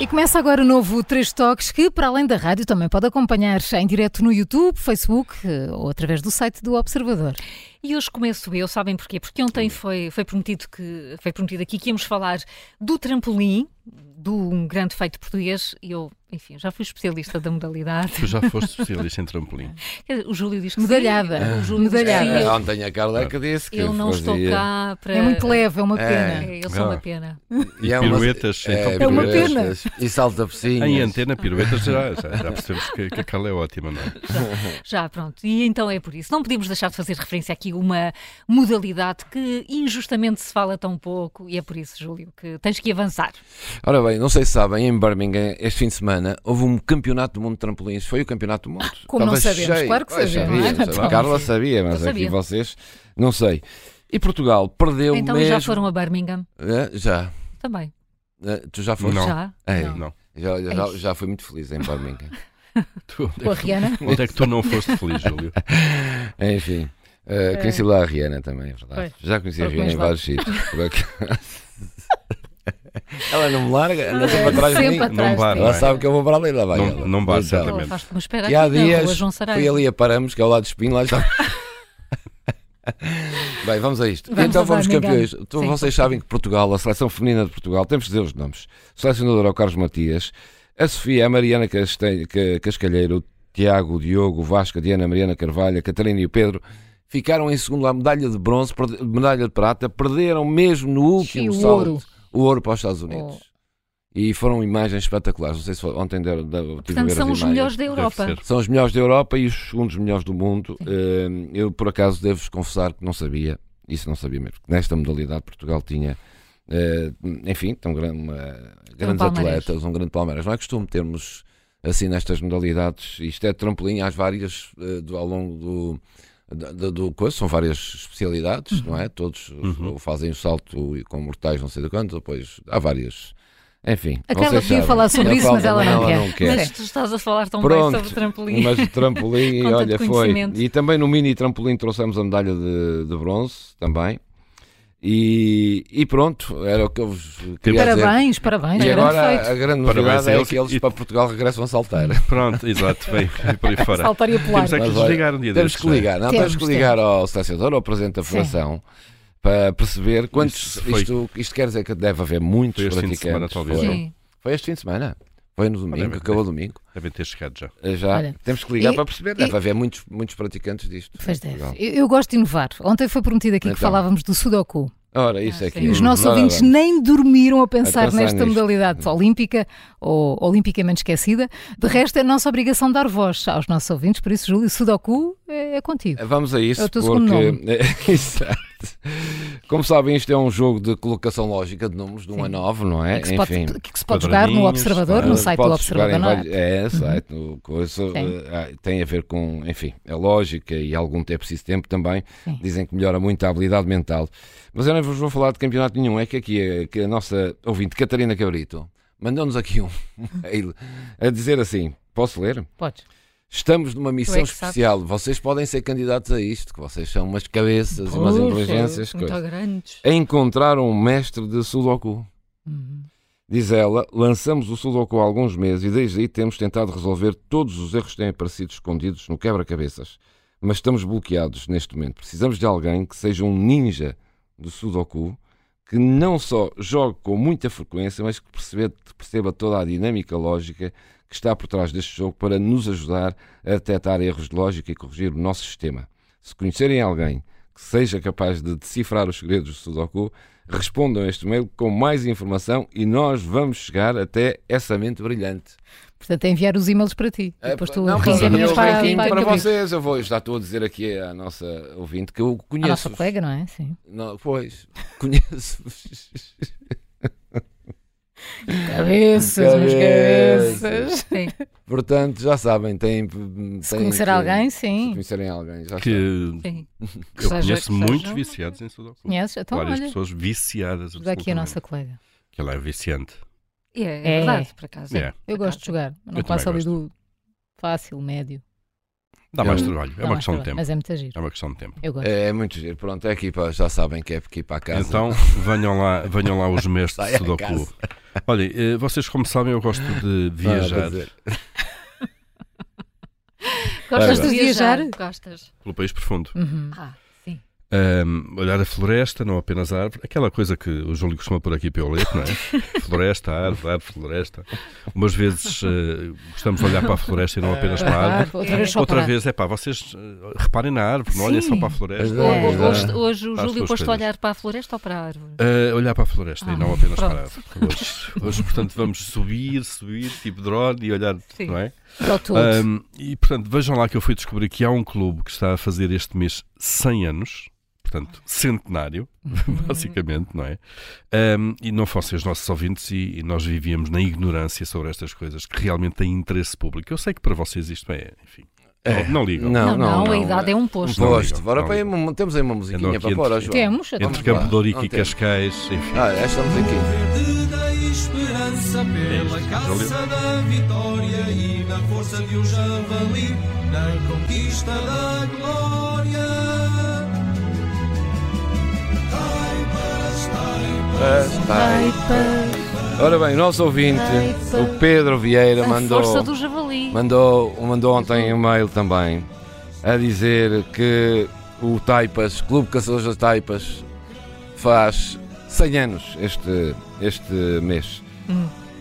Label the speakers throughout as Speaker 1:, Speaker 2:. Speaker 1: E começa agora o novo Três Toques, que para além da rádio também pode acompanhar em direto no YouTube, Facebook eh, ou através do site do Observador.
Speaker 2: E hoje começo eu, sabem porquê? Porque ontem foi, foi, prometido que, foi prometido aqui que íamos falar do trampolim, de um grande feito português, e eu, enfim, já fui especialista da modalidade.
Speaker 3: Tu já foste especialista em trampolim.
Speaker 2: Quer dizer, O Júlio diz que sim.
Speaker 1: Medalhada.
Speaker 2: O Júlio diz que
Speaker 1: Medalhada.
Speaker 2: sim.
Speaker 4: Ah, Ontem a Carla que disse que
Speaker 2: Eu não estou
Speaker 4: fazia-
Speaker 2: cá para...
Speaker 1: É muito leve, é uma
Speaker 2: É,
Speaker 1: pena.
Speaker 2: Eu sou uma
Speaker 4: Ah.
Speaker 2: pena.
Speaker 3: E,
Speaker 4: é uma-
Speaker 3: piruetas. então,
Speaker 1: É uma
Speaker 3: piruetas.
Speaker 1: pena.
Speaker 4: E salta piscina.
Speaker 3: Em antena, piruetas já, já, já percebemos que, que a Carla é ótima, não é?
Speaker 2: Já, pronto. E então é por isso. Não podemos deixar de fazer referência aqui a uma modalidade que injustamente se fala tão pouco, e é por isso, Júlio, que tens que avançar.
Speaker 4: Ora bem, não sei se sabem, em Birmingham, este fim de semana, houve um campeonato do mundo de trampolins. Foi o campeonato do mundo.
Speaker 1: Ah, Como não
Speaker 4: Estava
Speaker 1: sabemos,
Speaker 4: cheio.
Speaker 1: claro que
Speaker 4: Pois,
Speaker 1: sabemos,
Speaker 4: sabia,
Speaker 1: não é?
Speaker 4: sabia.
Speaker 1: Então,
Speaker 4: A Carla
Speaker 2: sim.
Speaker 4: sabia,
Speaker 2: Eu
Speaker 4: mas
Speaker 2: sabia.
Speaker 4: aqui vocês, não sei. E Portugal perdeu
Speaker 2: então
Speaker 4: mesmo...
Speaker 2: já foram a Birmingham
Speaker 4: Ah, já.
Speaker 2: também.
Speaker 4: Ah, tu já foste?
Speaker 3: Não.
Speaker 2: Já.
Speaker 4: Ei,
Speaker 2: Não.
Speaker 3: Não.
Speaker 4: Já, já- já,
Speaker 2: Ei.
Speaker 4: já fui muito feliz em Birmingham.
Speaker 3: Tu, onde,
Speaker 1: Com a
Speaker 3: é que,
Speaker 1: Rihanna,
Speaker 3: onde é que tu não foste feliz, Júlio?
Speaker 4: Enfim, ah, conheci lá a Rihanna também, é verdade. Já conheci a
Speaker 2: Por
Speaker 4: Rihanna em
Speaker 2: alguns
Speaker 4: vários sítios. por acaso. Ela não me larga, anda sempre atrás de mim.
Speaker 1: É, sempre atrás
Speaker 3: vá,
Speaker 1: dele.
Speaker 3: não
Speaker 4: Ela
Speaker 3: é?
Speaker 4: sabe que eu vou para ali e lá vai.
Speaker 3: Não-
Speaker 4: ela.
Speaker 3: não vai,
Speaker 4: Então,
Speaker 3: certamente.
Speaker 2: Ela faz-te uma espera aqui
Speaker 4: E há
Speaker 2: na rua
Speaker 4: dias
Speaker 2: João
Speaker 4: foi
Speaker 2: Saraiva.
Speaker 4: ali a Paramos, que é ao lado do Espinho, lá está. Bem, vamos a isto.
Speaker 2: Vamos
Speaker 4: então
Speaker 2: a
Speaker 4: fomos
Speaker 2: Birmingham.
Speaker 4: campeões. Então,
Speaker 2: Sim.
Speaker 4: vocês sabem que Portugal, a seleção feminina de Portugal, temos de dizer os nomes. O selecionador é o Carlos Matias, a Sofia, a Mariana Caste- Ca- Cascalheiro, o Tiago, o Diogo, o Vasco, a Diana, a Mariana Carvalho, a Catarina e o Pedro. Ficaram em segundo lá, medalha de bronze, perde- medalha de prata, perderam mesmo no último
Speaker 1: E o
Speaker 4: salto
Speaker 1: ouro.
Speaker 4: o ouro para os Estados Unidos. E foram imagens espetaculares. Não sei se foi- ontem deram, deram, tive a
Speaker 2: Portanto,
Speaker 4: ver
Speaker 2: são
Speaker 4: as
Speaker 2: os
Speaker 4: imagens.
Speaker 2: melhores da Europa.
Speaker 3: Deve ser.
Speaker 4: São os melhores da Europa e os segundos melhores do mundo. Eh, Eu, por acaso, devo-vos confessar que não sabia, isso não sabia mesmo, que nesta modalidade Portugal tinha, eh, enfim, tão gran- uma- grandes
Speaker 2: palmarés.
Speaker 4: atletas, um grande palmeiras. Não é costume termos assim nestas modalidades, isto é trampolim às várias eh, do- ao longo do. da- da- do coisa, são várias especialidades,
Speaker 1: Uhum.
Speaker 4: não é? Todos ou fazem o salto e com mortais, não sei de quanto, depois há várias. Enfim,
Speaker 1: A
Speaker 4: vocês
Speaker 1: Carla podia
Speaker 4: sabem.
Speaker 1: falar sobre
Speaker 4: A
Speaker 1: isso, mas
Speaker 4: Carla
Speaker 1: ela não quer.
Speaker 2: Mas é? tu estás a falar tão
Speaker 4: É. Pronto,
Speaker 2: bem sobre trampolim.
Speaker 4: mas o trampolim,
Speaker 2: Com tanto
Speaker 4: olha, foi.
Speaker 2: conhecimento.
Speaker 4: E também no mini trampolim trouxemos a medalha de, de bronze também. E, e pronto, era o que eu vos queria
Speaker 1: Parabéns, parabéns,
Speaker 4: dizer. E
Speaker 1: grande
Speaker 4: agora
Speaker 1: feito.
Speaker 4: a grande
Speaker 3: Parabéns
Speaker 4: novidade
Speaker 3: a
Speaker 4: é
Speaker 3: eles
Speaker 4: que eles
Speaker 3: e-
Speaker 4: para Portugal regressam a saltar.
Speaker 3: Pronto, exato, vem por aí fora.
Speaker 1: Saltaria pular.
Speaker 3: Temos é que
Speaker 4: Mas
Speaker 3: lhes
Speaker 4: olha,
Speaker 3: ligar um dia
Speaker 4: Temos
Speaker 3: destes,
Speaker 4: que ligar, não,
Speaker 1: Temos,
Speaker 4: temos, que ligar ao selecionador, ao presidente da
Speaker 1: Sim.
Speaker 4: federação, para perceber quantos.
Speaker 3: Isto foi-
Speaker 4: Isto, isto quer dizer que deve haver muitos
Speaker 3: Foi este fim de
Speaker 4: praticantes.
Speaker 3: semana, talvez, é?
Speaker 4: foi.
Speaker 2: Sim.
Speaker 4: Foi este fim de semana. Foi no domingo,
Speaker 3: Olha,
Speaker 4: acabou domingo. Eh,
Speaker 3: não é? Devem ter chegado já.
Speaker 4: Já
Speaker 1: Olha,
Speaker 4: temos que ligar
Speaker 1: e-
Speaker 4: para perceber. Deve haver muitos, muitos praticantes disto.
Speaker 1: Pois
Speaker 4: em
Speaker 1: deve.
Speaker 4: Portugal.
Speaker 1: Eu, eu gosto de inovar. Ontem foi prometido aqui que
Speaker 4: Então.
Speaker 1: falávamos do Sudoku.
Speaker 4: Ora, isso é
Speaker 2: Ah,
Speaker 4: aqui.
Speaker 2: sim.
Speaker 1: E os nossos
Speaker 4: Ora
Speaker 1: ouvintes
Speaker 4: bem.
Speaker 1: nem dormiram a pensar,
Speaker 4: A pensar
Speaker 1: nesta
Speaker 4: nisto.
Speaker 1: modalidade olímpica ou olimpicamente esquecida. De resto, é nossa obrigação dar voz aos nossos ouvintes. Por isso, Júlio, Sudoku é, é contigo.
Speaker 4: Vamos a isso,
Speaker 1: É o teu segundo
Speaker 4: porque. Exato. Como sabem, isto é um jogo de colocação lógica de números de 1 a 9, não é?
Speaker 1: que, se pode,
Speaker 4: Enfim.
Speaker 1: que se pode jogar no
Speaker 3: quadradinhos,
Speaker 1: Observador, no
Speaker 4: Pode
Speaker 1: site do
Speaker 4: é, jogar Ah, em
Speaker 1: Observador. não é?
Speaker 4: vários- É, site, no coisa, eh, ah, tem a ver com, enfim, a lógica e algum tempo, preciso tempo também.
Speaker 1: Sim.
Speaker 4: Dizem que melhora muito a habilidade mental. Mas eu não vos vou falar de campeonato nenhum, é que aqui a, que a nossa ouvinte Catarina Cabrito mandou-nos aqui um mail a dizer assim: posso ler?
Speaker 1: Podes. é
Speaker 4: Estamos numa missão
Speaker 2: que sabes.
Speaker 4: especial. Vocês podem ser candidatos a isto, que vocês são umas cabeças, umas
Speaker 2: Puxa,
Speaker 4: inteligências.
Speaker 2: Muito
Speaker 4: Coisa.
Speaker 2: grandes.
Speaker 4: Encontraram um mestre de Sudoku.
Speaker 1: Uhum.
Speaker 4: Diz ela, lançamos o Sudoku há alguns meses e desde aí temos tentado resolver todos os erros que têm aparecido escondidos no quebra-cabeças. Mas estamos bloqueados neste momento. Precisamos de alguém que seja um ninja do Sudoku, que não só jogue com muita frequência, mas que percebe, perceba toda a dinâmica lógica que está por trás deste jogo para nos ajudar a detectar erros de lógica e corrigir o nosso sistema. Se conhecerem alguém que seja capaz de decifrar os segredos do Sudoku, respondam a este mail com mais informação e nós vamos chegar até essa mente brilhante.
Speaker 1: Portanto, é enviar os e-mails para ti. E depois tu
Speaker 4: É, não, para,
Speaker 2: reencaminhas
Speaker 4: eu
Speaker 2: para-
Speaker 4: reencaminho
Speaker 2: para
Speaker 4: para
Speaker 2: Gabriel.
Speaker 4: vocês. Eu vou, já estou a dizer aqui à nossa ouvinte que eu
Speaker 1: A
Speaker 4: conheço.
Speaker 1: nossa colega, não é? Sim.
Speaker 4: Não, pois, conheço-vos.
Speaker 1: é?
Speaker 5: Cabeças, mas
Speaker 4: Cabeças.
Speaker 5: cabeças.
Speaker 2: Sim.
Speaker 4: Portanto, já sabem, têm. têm
Speaker 5: Se conhecer
Speaker 4: que-
Speaker 5: alguém,
Speaker 4: Se
Speaker 5: sim.
Speaker 4: conhecerem alguém, já sabem.
Speaker 3: Que
Speaker 2: Sim.
Speaker 3: eu
Speaker 2: seja-
Speaker 3: conheço
Speaker 2: que
Speaker 3: muitos
Speaker 2: seja.
Speaker 3: viciados em Sudoku.
Speaker 5: Conheces? Então,
Speaker 3: Várias
Speaker 5: olha,
Speaker 3: pessoas viciadas.
Speaker 5: jogar aqui a nossa
Speaker 3: absolutamente.
Speaker 5: colega.
Speaker 3: Que ela é viciante.
Speaker 2: É, é
Speaker 5: É.
Speaker 2: verdade, por acaso.
Speaker 3: É.
Speaker 5: Eu gosto de jogar, mas não
Speaker 3: Eu também
Speaker 5: passo ali do fácil, médio.
Speaker 3: Dá mais
Speaker 4: Eu-
Speaker 3: trabalho. É
Speaker 5: Dá
Speaker 3: uma
Speaker 5: mais
Speaker 3: questão de
Speaker 5: trabalho,
Speaker 3: tempo.
Speaker 5: Mas é muito giro.
Speaker 3: É uma questão de tempo.
Speaker 5: Eu gosto.
Speaker 4: É, é muito giro. Pronto, é aqui para, já sabem que é aqui para a casa.
Speaker 3: Então venham lá, venham lá os mestres de
Speaker 4: Saia de casa.
Speaker 3: Sudoku. Olha, eh, vocês como sabem eu gosto de
Speaker 4: Ah, vou
Speaker 3: viajar
Speaker 4: dizer.
Speaker 2: Gostas
Speaker 5: Vai,
Speaker 2: de
Speaker 5: vai.
Speaker 2: viajar?
Speaker 5: Viajar?
Speaker 2: Gostas.
Speaker 3: pelo país profundo.
Speaker 5: Uhum.
Speaker 2: Ah, sim.
Speaker 3: Ahm, olhar a floresta, não apenas a árvore, aquela coisa que o Júlio costuma pôr aqui para eu ler, não é? Floresta, árvore, árvore, floresta. Umas vezes eh, gostamos de olhar para a floresta e não apenas para a árvore.
Speaker 5: Ah, outra vez só
Speaker 3: Outra
Speaker 5: para-
Speaker 3: vez é pá, vocês eh, reparem na árvore, não olhem só
Speaker 5: Sim.
Speaker 3: para a floresta.
Speaker 4: Pois é.
Speaker 2: Hoje, hoje-
Speaker 4: Exato.
Speaker 2: hoje o Júlio
Speaker 3: Faz suas
Speaker 2: pôs-te a
Speaker 3: coisas.
Speaker 2: olhar para a floresta ou para a árvore?
Speaker 3: Ah, olhar para a floresta e
Speaker 2: Ah,
Speaker 3: não apenas
Speaker 2: pronto.
Speaker 3: para a árvore. Hoje, hoje, portanto, vamos subir, subir, tipo drone e olhar,
Speaker 2: Sim.
Speaker 3: não é?
Speaker 5: Para o todo.
Speaker 3: Ahm, e portanto, vejam lá que eu fui descobrir que há um clube que está a fazer este mês 100 anos, portanto, centenário,
Speaker 2: Uhum.
Speaker 4: Ah,
Speaker 3: basicamente, não é? Ahm, e não fossem os nossos ouvintes e, e nós vivíamos na ignorância sobre estas coisas que realmente têm interesse público. Eu sei que para vocês isto é, enfim,
Speaker 4: É.
Speaker 3: não, não ligam.
Speaker 4: Não, não,
Speaker 2: a
Speaker 4: não.
Speaker 2: idade é um posto.
Speaker 3: Não
Speaker 4: Gosto.
Speaker 3: ligam,
Speaker 4: Bora
Speaker 3: não
Speaker 4: para aí,
Speaker 3: ligam.
Speaker 4: uma- temos aí uma musiquinha
Speaker 3: Andou
Speaker 4: para
Speaker 3: aqui
Speaker 4: pôr, ó,
Speaker 3: entre-
Speaker 4: João.
Speaker 5: Temos, então
Speaker 3: Entre
Speaker 4: vamos lá.
Speaker 3: Campo de Ourique
Speaker 4: Não
Speaker 3: e
Speaker 4: temos.
Speaker 3: Cascais, enfim.
Speaker 4: Ah, já estamos aqui.
Speaker 6: Verde dei esperança pela
Speaker 3: Este,
Speaker 6: caça
Speaker 3: Júlio.
Speaker 6: da vitória e na força de um javali na conquista da glória. Taipas, taipas.
Speaker 4: Ah, está. Ora bem, o nosso ouvinte, o Pedro Vieira, Então mandou.
Speaker 2: Força do javali.
Speaker 4: Mandou, mandou ontem um e-mail também a dizer que o Taipas, Clube Caçadores das Taipas, faz 100 anos este, este mês.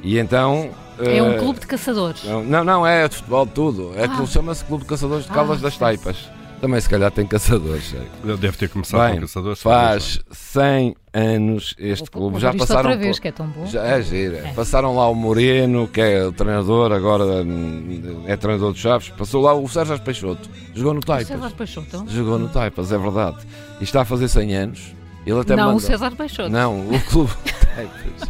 Speaker 4: E então.
Speaker 2: Hum. É um
Speaker 4: eh,
Speaker 2: clube de caçadores.
Speaker 4: Não, não, é de futebol de tudo. É,
Speaker 2: Ah.
Speaker 4: que Chama-se Clube de Caçadores de
Speaker 2: Ah,
Speaker 4: Caldas das
Speaker 2: sim,
Speaker 4: Taipas. Também, se calhar, tem caçadores. sei.
Speaker 3: Ele deve ter começado
Speaker 4: Ah. Bem,
Speaker 3: com caçadores.
Speaker 4: Faz 100 anos este
Speaker 5: Vou-
Speaker 4: um clube.
Speaker 5: vou
Speaker 4: Já
Speaker 5: ver isto
Speaker 4: passaram.
Speaker 5: outra vez,
Speaker 4: por-
Speaker 5: que é tão bom.
Speaker 4: já é gira. Passaram lá o Moreno, que é o treinador, agora hum, é treinador de Chaves. Passou lá o Sérgio Jorge Peixoto. Jogou no
Speaker 2: César
Speaker 4: Taipas.
Speaker 2: Peixoto?
Speaker 4: Jogou no Taipas, é verdade. E está a fazer 100 anos. Ele até
Speaker 2: não,
Speaker 4: manda...
Speaker 2: o César Peixoto.
Speaker 4: Não, o clube Taipas.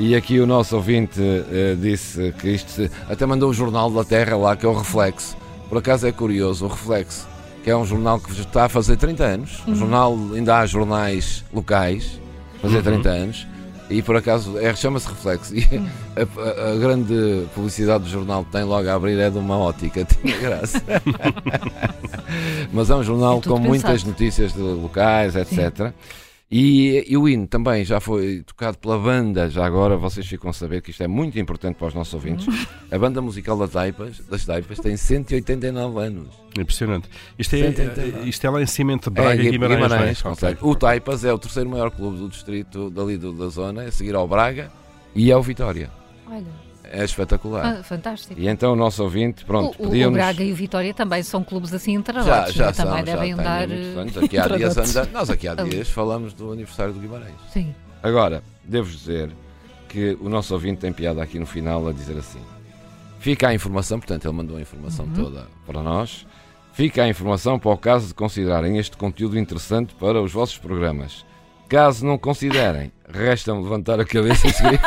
Speaker 4: E aqui o nosso ouvinte eh, disse que isto se- até mandou o Jornal da Terra lá, que é o Reflexo. Por acaso é curioso, o Reflexo, que é um jornal que está a fazer 30 anos. O jornal ainda há jornais locais, fazer 30 anos. E por acaso é, chama-se Reflexo. E a, a- a grande publicidade do jornal que tem logo a abrir é de uma ótica, tinha graça. Mas é um jornal
Speaker 2: É tudo
Speaker 4: com muitas
Speaker 2: pensado.
Speaker 4: notícias de locais, etc. E, e o hino também já foi tocado pela banda, já agora vocês ficam a saber que isto é muito importante para os nossos ouvintes. A banda musical das Taipas, das Taipas tem 189 anos.
Speaker 3: Impressionante. Isto é,
Speaker 4: Sim, sim, sim.
Speaker 3: isto é lá em cima entre Braga
Speaker 4: Gui-
Speaker 3: e Guimarães. não é?
Speaker 4: com
Speaker 3: Ok.
Speaker 4: certeza. O Taipas é o terceiro maior clube do distrito dali do- da zona, a seguir ao Braga e ao Vitória.
Speaker 2: Olha,
Speaker 4: É espetacular.
Speaker 2: ah, fantástico.
Speaker 4: E então o nosso ouvinte, pronto,
Speaker 2: o, o- o
Speaker 4: pediu-nos.
Speaker 2: Braga e o Vitória também são clubes assim
Speaker 4: já,
Speaker 2: entrados.
Speaker 4: já
Speaker 2: também
Speaker 4: são, já
Speaker 2: devem
Speaker 4: têm
Speaker 2: dar.
Speaker 4: muitos
Speaker 2: eh,
Speaker 4: anos. Aqui há dias
Speaker 5: Entradados.
Speaker 4: anda- Nós aqui há
Speaker 2: Ali.
Speaker 4: dias falamos do aniversário do Guimarães.
Speaker 2: Sim.
Speaker 4: Agora, devo dizer que o nosso ouvinte tem piada aqui no final a dizer assim: fica a informação, portanto, ele mandou a informação
Speaker 2: Uhum.
Speaker 4: toda para nós. Fica a informação para o caso de considerarem este conteúdo interessante para os vossos programas. Caso não considerem, resta-me levantar a cabeça e seguir.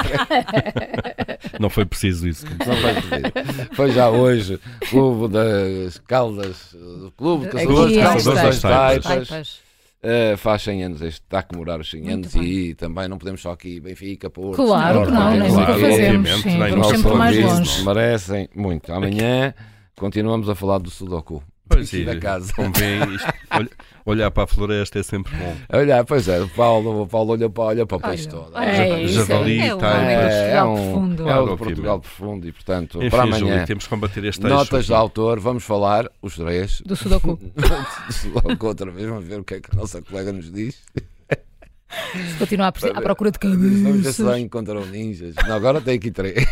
Speaker 3: Não foi preciso isso.
Speaker 4: Não vai pedir. Foi já hoje, Clube das Caldas, eh, Clube de
Speaker 5: Aqui
Speaker 4: Caçadores de
Speaker 5: está.
Speaker 4: Caldas das
Speaker 3: Taipas.
Speaker 4: Taipas.
Speaker 2: é Taipas.
Speaker 4: Uh, faz 100 anos, este está a comemorar os 100
Speaker 2: Muito
Speaker 4: anos e também não podemos só aqui Benfica, Porto.
Speaker 5: Claro que não,
Speaker 4: Sporting,
Speaker 5: nem
Speaker 3: Claro,
Speaker 5: nunca fazemos.
Speaker 3: obviamente,
Speaker 5: Sim,
Speaker 3: nem
Speaker 5: vamos
Speaker 3: nós
Speaker 5: sempre mais
Speaker 4: ouvintes
Speaker 5: longe.
Speaker 4: Merecem muito. Amanhã continuamos a falar do Sudoku.
Speaker 3: Pois
Speaker 4: Aqui
Speaker 3: é,
Speaker 4: da casa.
Speaker 3: convém isto. Olha- olhar para a floresta é sempre bom.
Speaker 4: Olha, pois é, o Paulo, o Paulo olha para, olha para o peixe
Speaker 2: Olha,
Speaker 4: todo.
Speaker 2: olha,
Speaker 5: É
Speaker 3: Ja-
Speaker 5: isso,
Speaker 3: javali,
Speaker 2: é um
Speaker 3: taipas.
Speaker 2: homem. Portugal
Speaker 4: um-
Speaker 2: profundo.
Speaker 4: é o de
Speaker 3: Claro,
Speaker 4: Portugal
Speaker 3: obviamente.
Speaker 4: Profundo e, portanto, para
Speaker 3: Enfim,
Speaker 4: amanhã,
Speaker 3: Júlio, temos que combater este eixo
Speaker 4: notas de
Speaker 3: aqui.
Speaker 4: autor, vamos falar, os três,
Speaker 5: Do Sudoku.
Speaker 4: do Sudoku outra vez, vamos ver o que é que a nossa colega nos diz.
Speaker 5: Se continuar à, pre- à procura de
Speaker 4: Vamos ver se lá
Speaker 5: cabeças.
Speaker 4: encontram ninjas. Não, agora tem aqui três.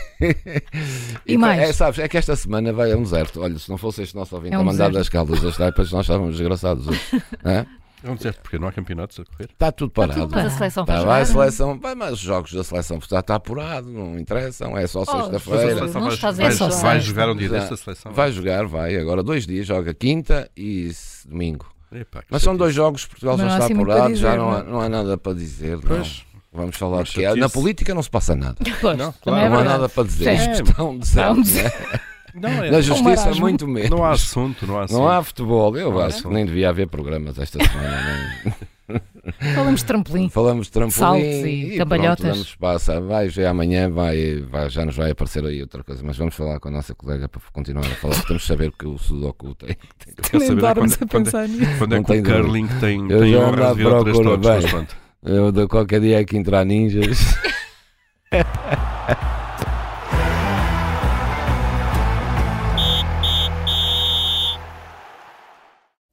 Speaker 5: E mais?
Speaker 4: É, sabes, é que esta semana vai a um deserto. Olha, se não fosse este nosso ouvinte
Speaker 5: É um
Speaker 4: a mandar
Speaker 5: deserto.
Speaker 4: das caldas das taipas, nós estávamos desgraçados. hoje. Hã?
Speaker 3: É um deserto porque não há campeonatos a correr.
Speaker 4: Está tudo parado.
Speaker 2: Mas a seleção
Speaker 4: Tá,
Speaker 2: faz
Speaker 4: vai a
Speaker 2: jogar.
Speaker 4: seleção, vai, mas os jogos da seleção está, está apurado, não interessam, é só
Speaker 3: Mas a
Speaker 2: Feira.
Speaker 4: sexta-feira.
Speaker 3: seleção
Speaker 2: Não
Speaker 3: vai,
Speaker 2: estás a
Speaker 3: vai-
Speaker 5: ver só
Speaker 3: vai
Speaker 5: sexta.
Speaker 3: jogar um dia
Speaker 4: Já.
Speaker 3: desta seleção.
Speaker 4: Vai jogar, vai, agora dois dias, joga quinta e s- domingo.
Speaker 3: Epá, que
Speaker 4: Mas são
Speaker 3: chatice.
Speaker 4: dois jogos, Portugal
Speaker 5: Mas
Speaker 4: já
Speaker 5: não há
Speaker 4: está
Speaker 5: assim muito para
Speaker 4: apurado, já
Speaker 5: dizer,
Speaker 4: não há,
Speaker 5: não
Speaker 4: não há nada para dizer. não.
Speaker 3: Pois.
Speaker 4: Vamos falar
Speaker 3: Uma
Speaker 4: de que é. na
Speaker 3: chatice.
Speaker 4: política não se passa nada.
Speaker 5: Pois,
Speaker 3: Não, claro.
Speaker 5: também é
Speaker 4: não há
Speaker 5: verdade.
Speaker 4: nada para dizer.
Speaker 5: Sim.
Speaker 4: Isto está um deserto.
Speaker 5: Está um
Speaker 4: né?
Speaker 3: Não, é-
Speaker 4: Na
Speaker 5: Um
Speaker 4: justiça,
Speaker 5: marasmo.
Speaker 4: muito menos.
Speaker 3: não há assunto, não há assunto.
Speaker 4: Não há futebol, eu
Speaker 3: Não é? há
Speaker 4: acho que
Speaker 3: assunto.
Speaker 4: nem devia haver programas esta semana.
Speaker 5: Falamos de um trampolim.
Speaker 4: Nem. Falamos de trampolim
Speaker 5: Saltos e cambalhotas.
Speaker 4: Pronto, damos espaço. Ah, Vai, já amanhã vai, vai- já nos vai aparecer aí outra coisa, mas vamos falar com a nossa colega para continuar a falar. Temos de saber que o Sudoku tem.
Speaker 3: Quer saber é quando, quando, é-
Speaker 5: nisso.
Speaker 3: quando é
Speaker 4: Não
Speaker 3: que
Speaker 4: tem
Speaker 3: o
Speaker 4: dúvida.
Speaker 3: curling tem,
Speaker 4: Eu
Speaker 3: tem
Speaker 4: já
Speaker 3: um
Speaker 4: ando à
Speaker 3: grau de vira três
Speaker 4: procura,
Speaker 3: todos, mas
Speaker 4: bem.
Speaker 3: pronto.
Speaker 4: Eu de qualquer dia é que entrar ninjas.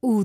Speaker 1: O